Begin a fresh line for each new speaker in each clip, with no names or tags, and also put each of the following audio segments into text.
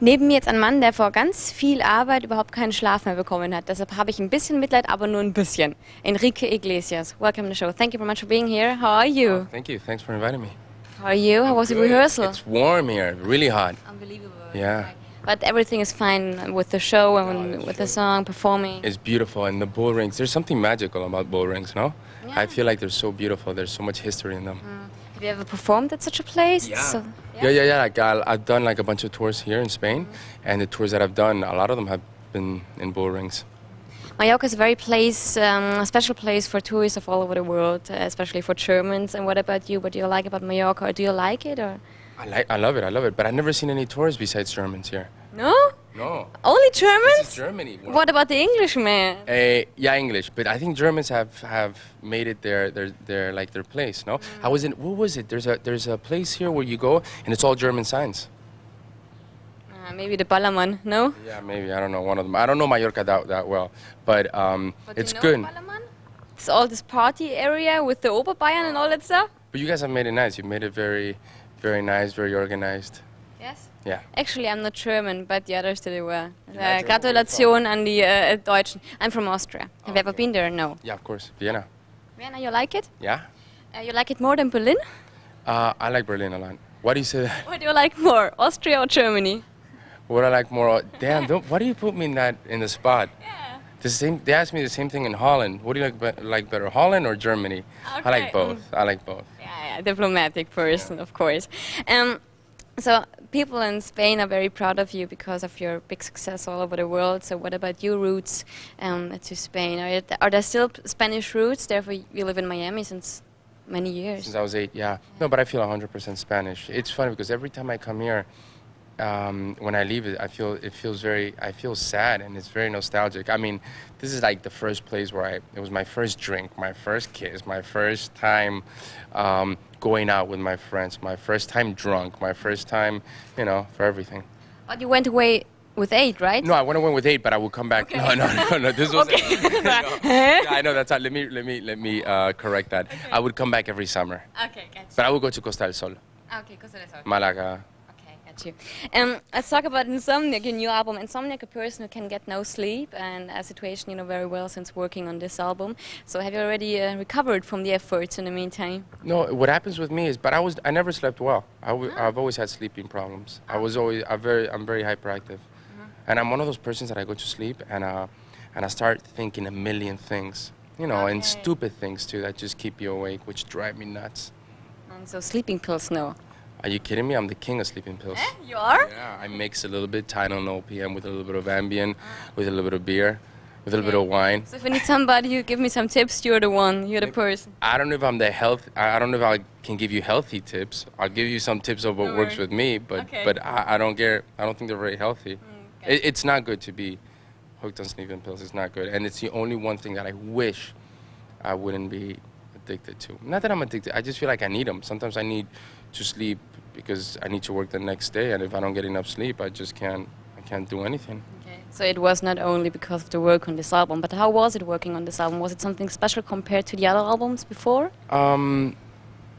neben mir jetzt ein Mann, der vor ganz viel Arbeit überhaupt keinen Schlaf mehr bekommen hat. Deshalb habe ich ein bisschen Mitleid, aber nur ein bisschen. Enrique Iglesias, welcome to the show. Thank you very much for being here. How are you?
Oh, Thank you. Thanks for inviting me.
How are you? How was the rehearsal?
It's warm here, really hot.
Unbelievable.
Yeah.
But everything is fine with the show and with the song, performing.
It's beautiful, and the bull rings. There's something magical about bull rings, no? I feel like they're so beautiful. There's so much history in them.
Have you ever performed at such a place? Mm. So-
yeah, yeah, yeah. Like I, I've done like a bunch of tours here in Spain,
Mm-hmm.
and the tours that I've done, a lot of them have been in bull rings.
Mallorca is a very place, um, a special place for tourists of all over the world, uh, especially for Germans. And what about you? What do you like about Mallorca? Or do you like it? Or
I like, I love it. I love it. But I've never seen any tours besides Germans here.
no?
No.
Only Germans?
It's Germany. We're-
What about the Englishman?
Eh, yeah, English, but I think Germans have, have made it their, their, their like their place. No,
Mm.
I was in what was it? There's a there's a place here where you go and it's all German signs.
Uh, maybe the Ballermann? No.
Yeah, maybe I don't know one of them. I don't know Mallorca that, that well, but um,
But
it's
you know
good.
Ballermann? It's all this party area with the Oberbayern and all that stuff.
But you guys have made it nice. You made it very, very nice, very organized.
Yes.
Yeah.
Actually, I'm not German, but the others did it well. Uh,
German,
Gratulation an die uh, Deutschen. I'm from Austria. Have you ever been there? No.
Yeah, of course, Vienna.
Vienna, you like it?
Yeah.
Uh, you like it more than Berlin?
Uh, I like Berlin a lot. Why do you say that?
What do you like more, Austria or Germany?
What I like more? Damn, don't, why do you put me in that in the spot?
Yeah.
The same. They asked me the same thing in Holland. What do you like, be- like better, Holland or Germany? I
Okay.
like both. I like both.
Yeah, yeah, diplomatic person, of course. Um, so people in Spain are very proud of you because of your big success all over the world. So what about your roots um, to Spain? Are, it, are there still p- Spanish roots? Therefore, you live in Miami since many years.
Since I was eight, yeah. No, but I feel 100% Spanish. It's funny because every time I come here, um, when I leave it, I feel it feels very. I feel sad and it's very nostalgic. I mean, this is like the first place where I. It was my first drink, my first kiss, my first time um, going out with my friends, my first time drunk, my first time, you know, for everything.
But you went away with eight, right?
No, I went away with eight, but I will come back. No, no, no, no. This was. Yeah, I know that's. Not, let me let me let me uh, correct that. I would come back every summer,
Okay, gotcha.
but I would go to Costa del Sol,
Okay, because that's all.
Malaga.
Okay, got you. Um, let's talk about Insomniac, your new album. Insomniac, a person who can get no sleep, and a situation you know very well since working on this album. So, have you already uh, recovered from the efforts in the meantime?
No, what happens with me is, but I was I never slept well. I w- I've always had sleeping problems. I was always I'm very I'm very hyperactive, and I'm one of those persons that I go to sleep and uh, and I start thinking a million things, you know, and
Okay.
stupid things too that just keep you awake, which drive me nuts.
Um, so, sleeping pills, no.
Are you kidding me? I'm the king of sleeping pills.
Eh? You are?
Yeah, I mix a little bit Tylenol PM with a little bit of Ambien, with a little bit of beer, with a little bit of wine.
So, if you need somebody who give me some tips, you're the one. You're the person.
I don't know if I'm the health. I I don't know if I can give you healthy tips. I'll give you some tips of what
Don't
works
worry.
with me, but
Okay.
but I, I don't get. I don't think they're very healthy.
gotcha.
it, it's not good to be hooked on sleeping pills. It's not good, and it's the only one thing that I wish I wouldn't be addicted to. Not that I'm addicted. I just feel like I need them. Sometimes I need to sleep because I need to work the next day, and if I don't get enough sleep, I just can't. I can't do anything.
Okay. So, it was not only because of the work on this album, but how was it working on this album? Was it something special compared to the other albums before?
Um,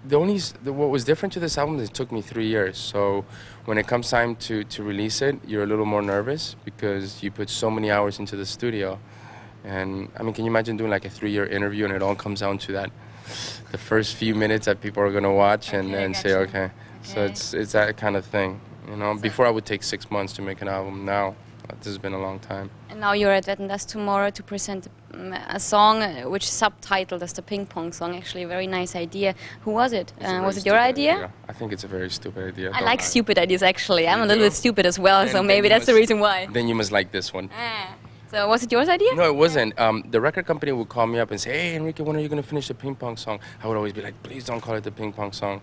the only s- the, what was different to this album is it took me three years. So when it comes time to to release it, you're a little more nervous because you put so many hours into the studio. And I mean, can you imagine doing like a three-year interview and it all comes down to that, the first few minutes that people are gonna watch and
Okay,
and say
gotcha.
okay. So
Okay.
it's it's that kind of thing, you know. Before I would take six months to make an album. Now uh, this has been a long time.
And now you're at Vettendas tomorrow to present um, a song uh, which is subtitled as the ping pong song. Actually, a very nice idea. Who was it?
It's a
Uh,
very
was it your
stupid
idea?
I think it's a very stupid idea.
I
don't
like stupid ideas actually. I'm a
You
little bit
do?
stupid as well,
Then-
so
then
maybe
you
that's the
must-
reason why.
Then you must like this one.
Ah. So was it yours idea?
No, it wasn't. Um, the record company would call me up and say, "Hey, Enrique, when are you gonna finish the ping pong song?" I would always be like, "Please don't call it the ping pong song,"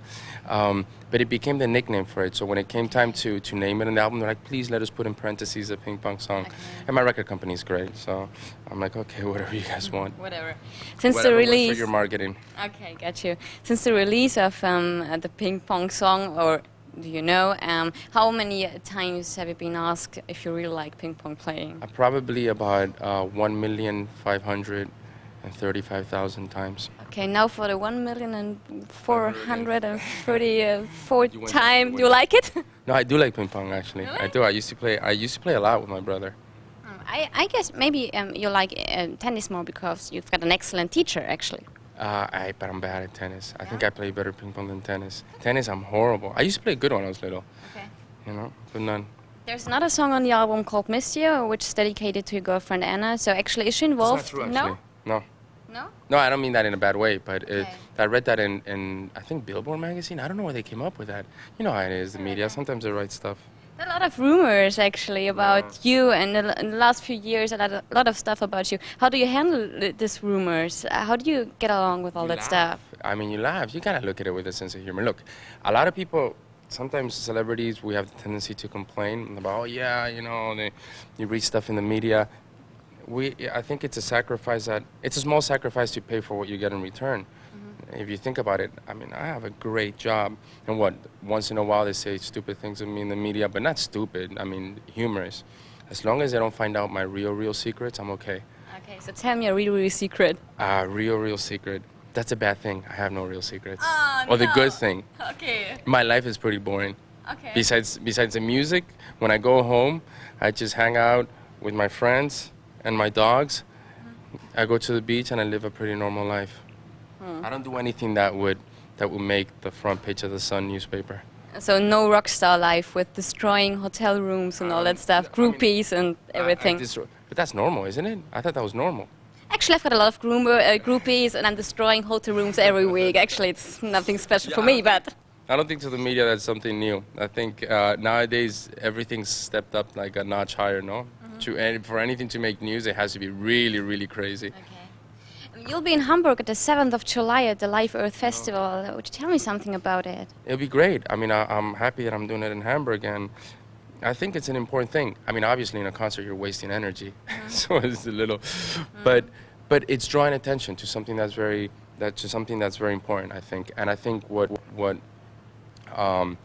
um, but it became the nickname for it. So when it came time to to name it on the album, they're like, "Please let us put in parentheses the ping pong song." And my record company's great, so I'm like, "Okay, whatever you guys want."
Whatever. Since
Whatever
the
works
release.
for your marketing.
Okay, got you. Since the release of um, uh, the ping pong song, or do you know, um, how many times have you been asked if you really like ping pong playing?
Uh, probably about uh, one million five hundred and and 35,000 times.
Okay, now for the one million and four hundred and
You
thirty-four
went-
time.
you
Do you like it?
No, I do like ping pong actually. I
Really?
do. I used to play. I used to play a lot with my brother.
Um, I, I guess maybe um, you like uh, tennis more because you've got an excellent teacher, actually.
Uh, I but I'm bad at tennis. I think I play better ping pong than tennis. Tennis, I'm horrible. I used to play good when I was little,
Okay.
you know, but none.
There's another song on the album called Miss You, which is dedicated to your girlfriend Anna. So actually, is she involved? no,
No.
no.
No, I don't mean that in a bad way, but it,
Okay.
I read that in, in, I think, Billboard magazine. I don't know where they came up with that. You know how it is, the media. Sometimes they write stuff.
There are a lot of rumors actually about you, and the l- in the last few years, a lot, of, lot of stuff about you. How do you handle th- these rumors? Uh, How do you get along with all
You
that stuff?
laugh. I mean, you laugh. You gotta look at it with a sense of humor. Look, a lot of people, sometimes celebrities, we have the tendency to complain about, oh yeah, you know, they, you read stuff in the media. We, I think it's a sacrifice that it's a small sacrifice to pay for what you get in return.
Mm-hmm.
If you think about it, I mean, I have a great job, and what once in a while they say stupid things of me in the media, but not stupid. I mean, humorous. As long as they don't find out my real, real secrets, I'm okay.
Okay, so tell me a really, really secret.
Uh, real, real secret. That's a bad thing. I have no real secrets.
Oh,
or the
no.
good thing.
Okay,
My life is pretty boring.
okay.
Besides, besides the music, when I go home, I just hang out with my friends and my dogs.
Mm-hmm.
I go to the beach and I live a pretty normal life.
Hmm.
I don't do anything that would that would make the front page of the Sun newspaper.
So no rock star life with destroying hotel rooms and all that
Um,
stuff,
I mean,
groupies and
I- I
everything.
destroy- but that's normal, isn't it? I thought that was normal.
Actually, I've got a lot of groomer, uh, groupies, and I'm destroying hotel rooms every week. Actually, it's nothing special for me, but
I don't think to the media that's something new. I think uh, nowadays everything's stepped up like a notch higher, no? To and for anything to make news, it has to be really, really crazy.
okay. Um, You'll be in Hamburg at the 7th of July at the Live Earth
Oh.
Festival. Would you tell me something about it?
It'll be great. I mean, I, I'm happy that I'm doing it in Hamburg, and I think it's an important thing. I mean, obviously, in a concert, you're wasting energy, so it's a little, but but it's drawing attention to something that's very that to something that's very important. I think, and I think what what um,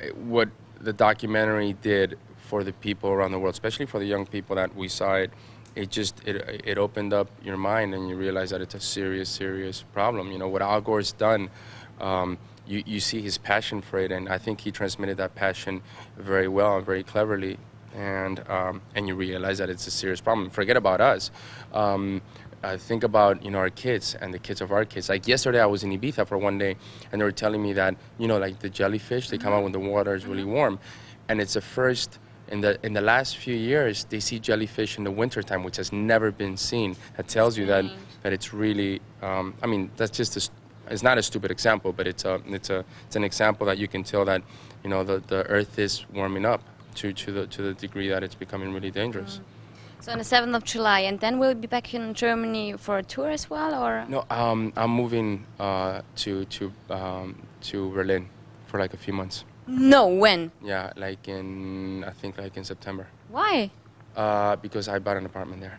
eh, what the documentary did for the people around the world, especially for the young people that we saw it, it just it it opened up your mind and you realize that it's a serious, serious problem. You know what Al Gore's done. Um, you, you see his passion for it, and I think he transmitted that passion very well and very cleverly. And um, and you realize that it's a serious problem. Forget about us. Um, I think about you know our kids and the kids of our kids. Like yesterday, I was in Ibiza for one day, and they were telling me that you know like the jellyfish, they come out when the water is really warm, and it's the first in the in the last few years they see jellyfish in the wintertime, which has never been seen. That tells you that that it's really. Um, I mean, that's just a, st- it's not a stupid example, but it's a it's a it's an example that you can tell that you know the, the Earth is warming up to to the to the degree that it's becoming really dangerous.
So on the 7th of July, and then we'll be back in Germany for a tour as well, or?
No, um, I'm moving uh, to to um, to Berlin for like a few months.
No, when?
Yeah, like in I think like in September,
Why?
uh, because I bought an apartment there.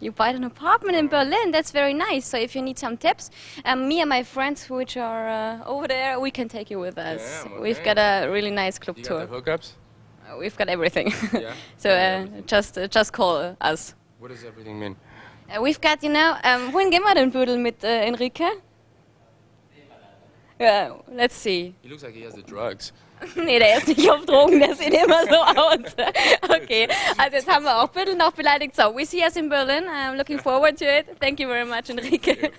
You buy an apartment in Berlin. That's very nice. So if you need some tips, um, me and my friends, which are uh, over there, we can take you with us.
Damn,
We've
okay.
got a really nice club
You
tour.
got the hookups?
Uh, We've got everything.
Yeah.
so
Yeah,
uh,
everything.
just uh, just call us.
What does everything mean?
Uh, we've got, you know, um, wohin gehen wir denn Bödel mit äh, Enrique? Ja, let's see.
He looks like he has the drugs.
nee, der ist nicht auf Drogen, der sieht immer so aus. okay, also jetzt haben wir auch Bödel noch beleidigt. So, we see us in Berlin. I'm looking forward to it. Thank you very much, Enrique.